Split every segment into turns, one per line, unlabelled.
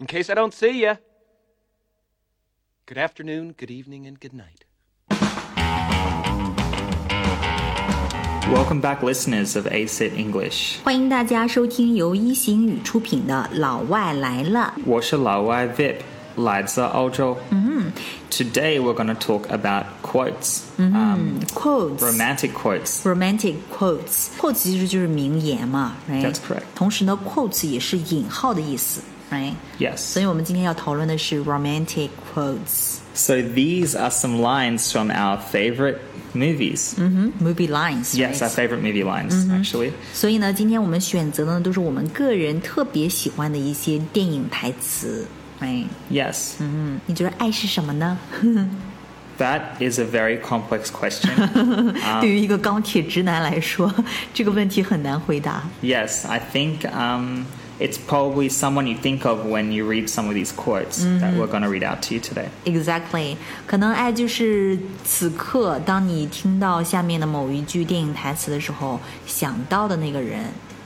in case I don't see you. Good afternoon, good evening, and good night.
Welcome back, listeners of ACIT English。
欢迎大家收听由一行语出品的《老外来了》。
我是老外 Vip，来自澳洲。嗯、Today we're going to talk about quotes, um,
Quotes,
romantic quotes.
romantic quotes, quotes 其实就是名言嘛，right？
That's correct.
同时呢，quotes 也是引号的意思，right？
Yes.
所以我们今天要讨论的是 romantic quotes
So these are some lines from our favorite movies.
movie lines。
Yes, our favorite movie lines actually.
所以呢，今天我们选择的呢都是我们个人特别喜欢的一些电影台词。哎，
Yes.
嗯，你觉得爱是什么呢？
That is a very complex question. 啊
对于一个钢铁直男来说，这个问题很难回答。
yes, I think um, it's probably someone you think of when you read some of these quotes that we're going to read out to you today.
Exactly，可能爱就是此刻当你听到下面的某一句电影台词的时候想到的那个人。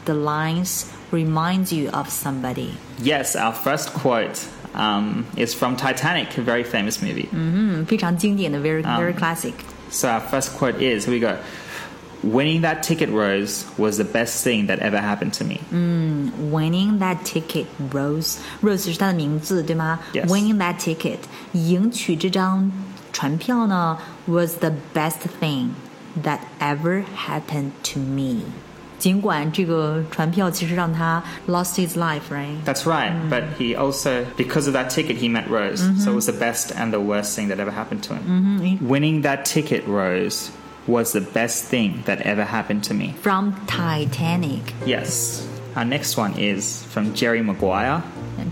The lines reminds you of somebody。
Yes, our first quote um, is from Titanic, a very famous movie.
嗯，非常经典的，very very classic。
So our first quote is here we go. Winning that ticket, Rose, was the best thing that ever happened to me.
Winning that ticket, Rose. Rose 是她的名字，对吗
Yes.
Winning that ticket，赢取这张船票呢，was the best thing that ever happened to me。尽管这个船票其实让他 lost his life，right？
That's right. But he also, because of that ticket, he met Rose. So it was the best and the worst thing that ever happened to him. Winning that ticket, Rose, was the best thing that ever happened to me.
From Titanic,
Yes. Our next one is from Jerry Maguire.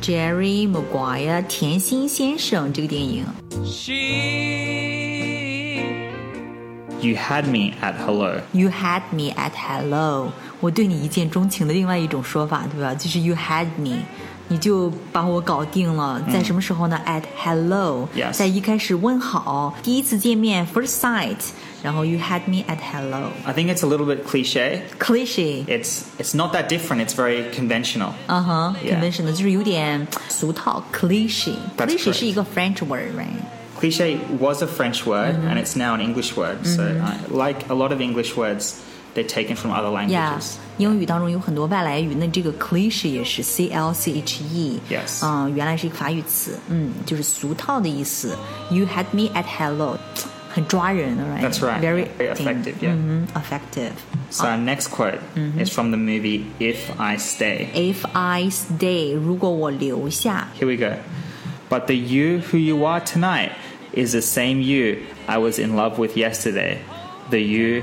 Jerry Maguire，甜心先生这个电影
She
You had me at hello.
，You had me at hello，我对你一见钟情的另外一种说法，对吧？就是 You had me，你就把我搞定了。在什么时候呢？At hello，
嗯 Yes
在一开始问好，第一次见面，first sight，然后 You had me at hello。
I think it's a little bit cliche.
Cliche，
It's it's not that different. It's very conventional.
嗯哼 c o
Yeah
n v e n t i o n 就是有点俗套，cliche。
That's
cliche
correct
是一个 French word，right？
Cliche was a French word and it's now an English word. So, I, like a lot of English words, they're taken from other
Yeah，
languages.
英语当中有很多外来语，那这个 cliche 也是 c l c h e。
Yes
嗯、原来是一个法语词，嗯，就是俗套的意思。You had me at hello，很抓人，right？
That's right.
Very
Very effective, yeah.
嗯哼，effective。
So, our next quote is from the movie If I Stay.
If I stay，如果我留下
Here we go. But the you who you are tonight is the same you I was in love with yesterday, the you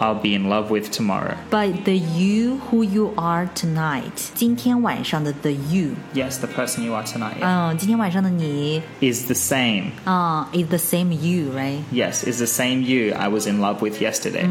I'll be in love with tomorrow.
，But the you who you are tonight，今天晚上的 the you，
Yes, the person you are tonight
嗯，今天晚上的你，
is the same.
啊、i s the same you，right？
Yes, is the same you I was in love with yesterday.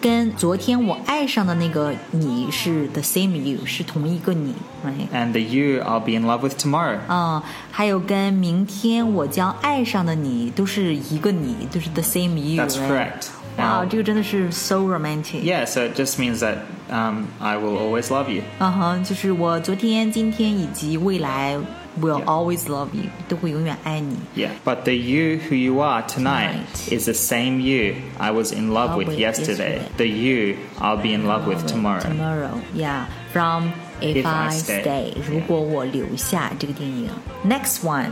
跟昨天我爱上的那个你是 the same you，是同一个你，right？
And the you I'll be in love with tomorrow.
嗯，还有跟明天我将爱上的你都是一个你，都是 the same you。
That's correct.
哇，
Now-
这个真的是 so romantic。
Yeah, so it just means that um, I will always love you.
嗯哼，就是我昨天、今天以及未来，will
Yeah
always love you，都会永远爱你。
Yeah. But the you who you are tonight,
Tonight.
is the same you I was in love
Love
with
with
yesterday.
yesterday.
The you I'll be in love with tomorrow.
Tomorrow, yeah. From If,
If I
I
Stay
Stay，如果我留下这个电影。Next one.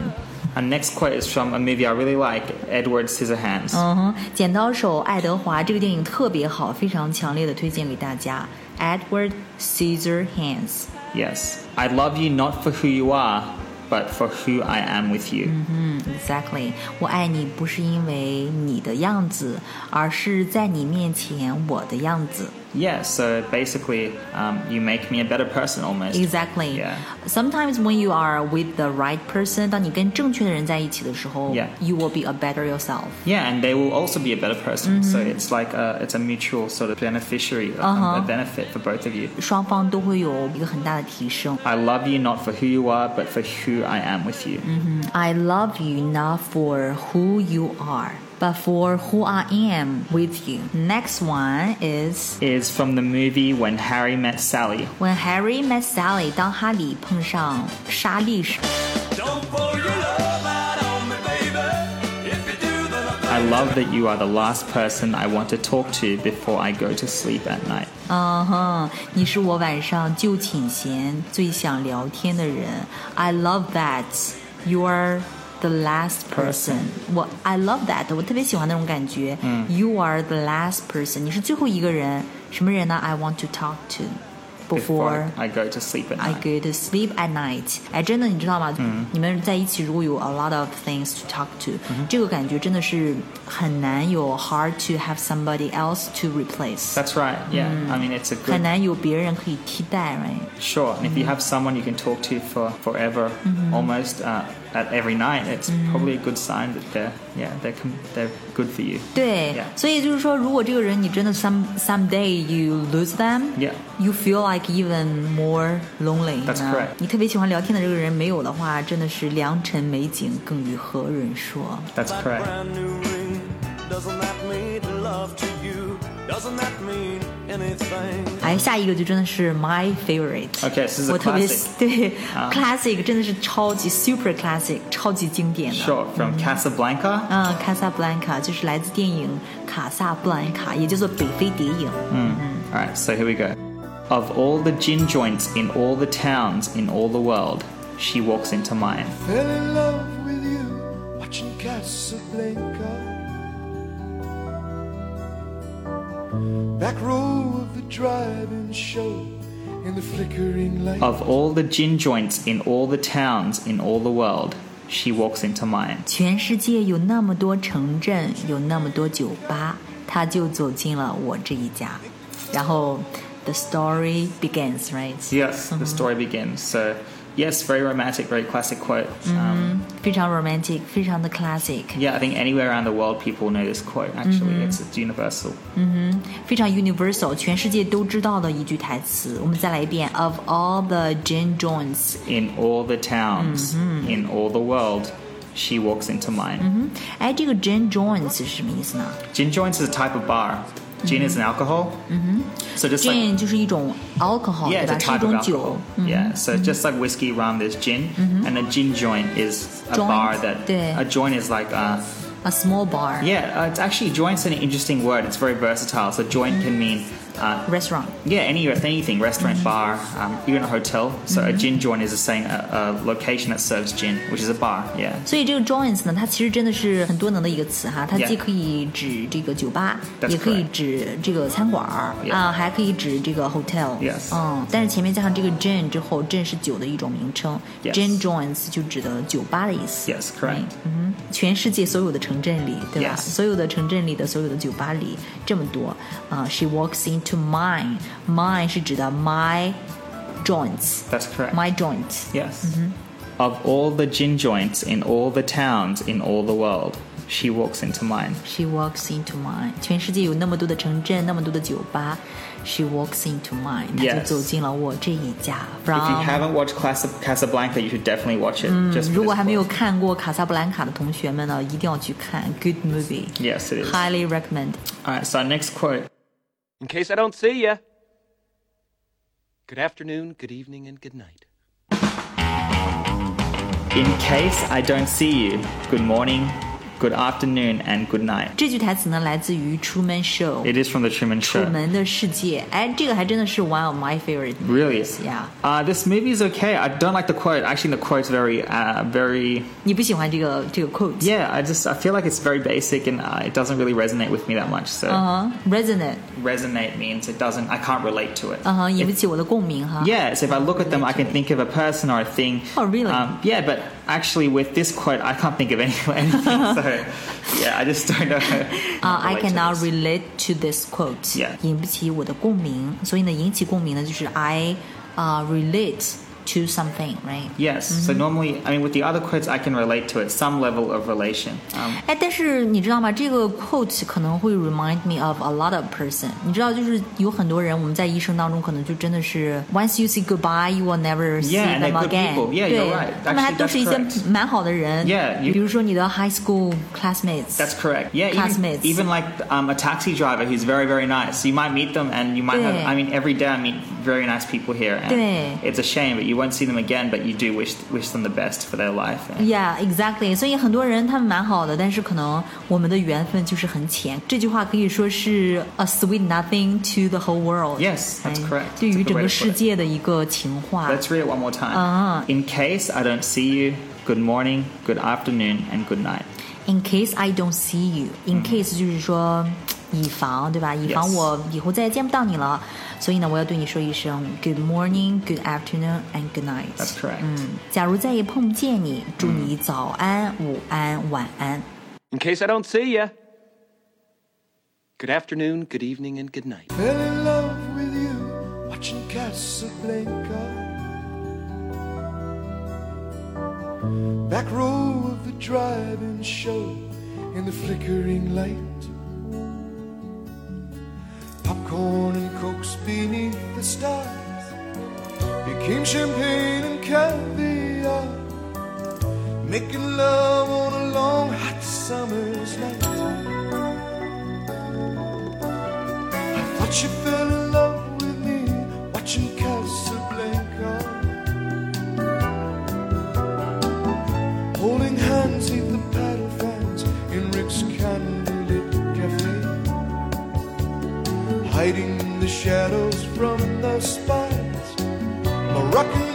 Our next quote is from a movie I really like, Edward Scissorhands.
嗯哼，《剪刀手爱德华》这个电影特别好，非常强烈的推荐给大家。Edward Scissorhands，
Yes. I love you not for who you are, but for who I am with you.
嗯，exactly，我爱你不是因为你的样子，而是在你面前我的样子。
Yeah, so basically, um, you make me a better person almost.
Exactly.
Yeah.
Sometimes when you are with the right person，当你跟正确的人在一起的时候
Yeah.
you will be a better yourself。
Yeah, and they will also be a better person. So it's like a, it's a mutual sort of beneficiary, um,
Mm-hmm. Uh-huh.
a benefit for both of you.
双方都会有一个很大的提升。
I love you not for who you are, but
Mm-hmm.
for who I am with you.
I love you not for who you are, but for who I am with you. Next one is
is from the movie When Harry Met Sally.
When Harry Met Sally，当哈里碰上莎莉时。
Don't pour your love out on me, baby. If you do, then I'll
I love that you are the last person I want to talk to before I go to sleep at night.
嗯哼，你是我晚上就寝前最想聊天的人。I love that you are the last person 我 I love that，我特别喜欢那种感觉。嗯，You are the last person，你是最后一个人。什么人呢？I want to talk to before
I go to sleep at
I
night.
go to sleep at night。哎，真的，你知道吗？
嗯
你们在一起如果有 a lot of things to talk to，、这个感觉真的是很难有 hard to have somebody else to replace，
That's right. Yeah.
Mm.
I mean, it's a
很
good
难有别人可以替代，right？
sure. And if
Mm-hmm.
you have someone you can talk to for forever, almost uh, at every night, it's
Mm-hmm.
probably a good sign that they're yeah they're com- they're good for you.
对
Yeah.
所以就是说，如果这个人你真的 some someday you lose them，、
Yeah.
you feel like even more lonely 呢。
That's correct.
你特别喜欢聊天的这个人没有的话，真的是良辰美景，更与何人说？
That's
That
correct.
brand new ring. Doesn't that mean love to you? Doesn't that mean anything?
哎，下一个就真的是 my favorite。
Okay, this is a
我特别
classic. 啊
对、classic 真的是超级 super classic，超级经典的。
Sure. From Casablanca.
嗯，卡萨布兰卡就是来自电影《卡萨布兰卡》，也叫做《北非谍影》。
All right. So here we go. Of all the gin joints in all the towns in all the world, she walks into mine.
Fell in love with you watching Casablanca. Back row of the drive-in show in the flickering light.
Of all the gin joints in all the towns in all the world, she walks into mine.
全世界有那么多城镇，有那么多酒吧，他就走进了我这一家。然后，the story begins，right？
Yes, the story begins. So, yes, very romantic, very classic quote. Um,
非常 romantic，非常的 classic，
yeah, I think anywhere around the world people know this quote. Actually, it's, it's universal.
非常 universal，全世界都知道的一句台词。我们再来一遍：Of all the gin joints，
In all the towns, in all the world, she walks into mine.
哎，这个 gin joints 是什么意思呢
Gin joints is a type of bar. Gin is an alcohol. So just
Mm-hmm. ？gin
like
就是一种 alcohol，
yeah, it's
对吧？
a
是一
type of
种酒嗯
alcohol.。Yeah, so
Mm-hmm.
just like whiskey, rum, there's gin, and a gin joint is a
Joint,
bar that
对。
a joint is like uh,
A small bar
Yeah, uh, it's actually joint's an interesting word. It's very versatile. So joint can mean uh,
restaurant，
yeah, any anything, restaurant,
Mm-hmm.
bar, um, even a hotel. So a gin joint is a saying a, a location that serves gin, which is a bar. Yeah,
所以这个 joints 呢，它其实真的是很多能的一个词哈，它
Yeah.
既可以指这个酒吧
That's
也可以指这个餐馆儿
Yeah.
啊，还可以指这个 hotel。
Yes.
嗯，但是前面加上这个 gin 之后，gin 是酒的一种名称
Yes.
gin joints 就指的酒吧的意思。
Yes, correct.
嗯哼，全世界所有的城镇里，对吧
Yes.
所有的城镇里的所有的酒吧里，这么多啊、s h e walks into mine。mine 是指的 my joints。
that's correct.
My joints，
yes. Of all the gin joints in all the towns in all the world, she walks into mine.
She walks into mine。全世界有那么多的城镇，那么多的酒吧。She walks into mine。她
Yes.
就走进了我这一家。
If you
From
haven't watched Casa- Casablanca, you should definitely watch it. just for
如果
this
还没有
quote.
看过《卡萨布兰卡》的同学们呢，一定要去看，good movie。
Yes, it is.
Highly recommend。
All right, so our next quote
In case I don't see ya. Good afternoon, good evening, and good night.
In case I don't see you, good morning, good afternoon, and good night.
这句台词呢，来自于《Truman Show》
It is from the Truman
楚
Show.
门的世界。哎，这个还真的是 one of my favorite。
Really?
Yeah.
Uh, this movie is okay. I don't like the quote. Actually, the quote's very, uh, very.
你不喜欢这个这个 quote？
Yeah, I just I feel like it's very basic and uh, it doesn't really resonate with me that much. So
嗯哼，resonant，
resonate means it doesn't. I can't relate to it.
嗯哼，引不起我的共鸣哈。
Yeah, so if I look at them, I can think of a person or a thing.
Oh, really?
Um, yeah, but actually, with this quote, I can't think of any- anything. so, yeah, I just don't know.
Uh,
Can't
I
relate to
cannot
this.
relate to this quote，、
Yeah.
引不起我的共鸣。所以呢，引起共鸣呢，就是 I 啊、relate to something, right?
Yes.
Mm-hmm.
So normally, I mean, with the other quotes, I can relate to it some level of relation. Um,
哎，但是你知道吗？这个 quote 可能会 remind me of a lot of person。你知道，就是有很多人，我们在一生当中可能就真的是 once you say goodbye, you will never see
Yeah, and
them
they're good
again。
people. Yeah,
对
you're right.
他们还
Actually,
都是一些
that's correct.
蛮好的人。
Yeah, you-
比如说你的 high school classmates。
that's correct. Yeah. Even,
Classmates.
even like um, a taxi driver who's very very nice. You might meet them, and you might have.
Yeah.
I mean, every day I meet very nice people here. And
Yeah.
It's a shame, but you won't see them again. But you do wish wish them the best for their life. And-
Yeah, exactly. 所以很多人他们蛮好的，但是可能我们的缘分就是很浅。这句话可以说是 a sweet nothing to the whole world.
Yes, that's
哎
correct.
对于
That's a good way to put it.
整个世界的一个情话。
Let's read it one more time. In case I don't see you, good morning, good afternoon, and good night.
In case I don't see you, in case 就是说嗯以防，对吧？以防我以后再也见不到你了，所以呢，我要对你说一声 Good morning, Good afternoon, and Good night.
That's correct.
嗯，假如再也碰不见你，祝你早安、午安、晚安。
In case I don't see you. Good afternoon, good evening, and good night.
Fell in love with you watching Casablanca. Back row of the drive-in show in the flickering light. Popcorn and cokes beneath the stars became champagne and caviar. Making love on a long hot summer's night. I thought you fell in love with me watching Casablanca. Holding hands in the paddle fans in Rick's candlelit cafe. Hiding in the shadows from the spies. Moroccan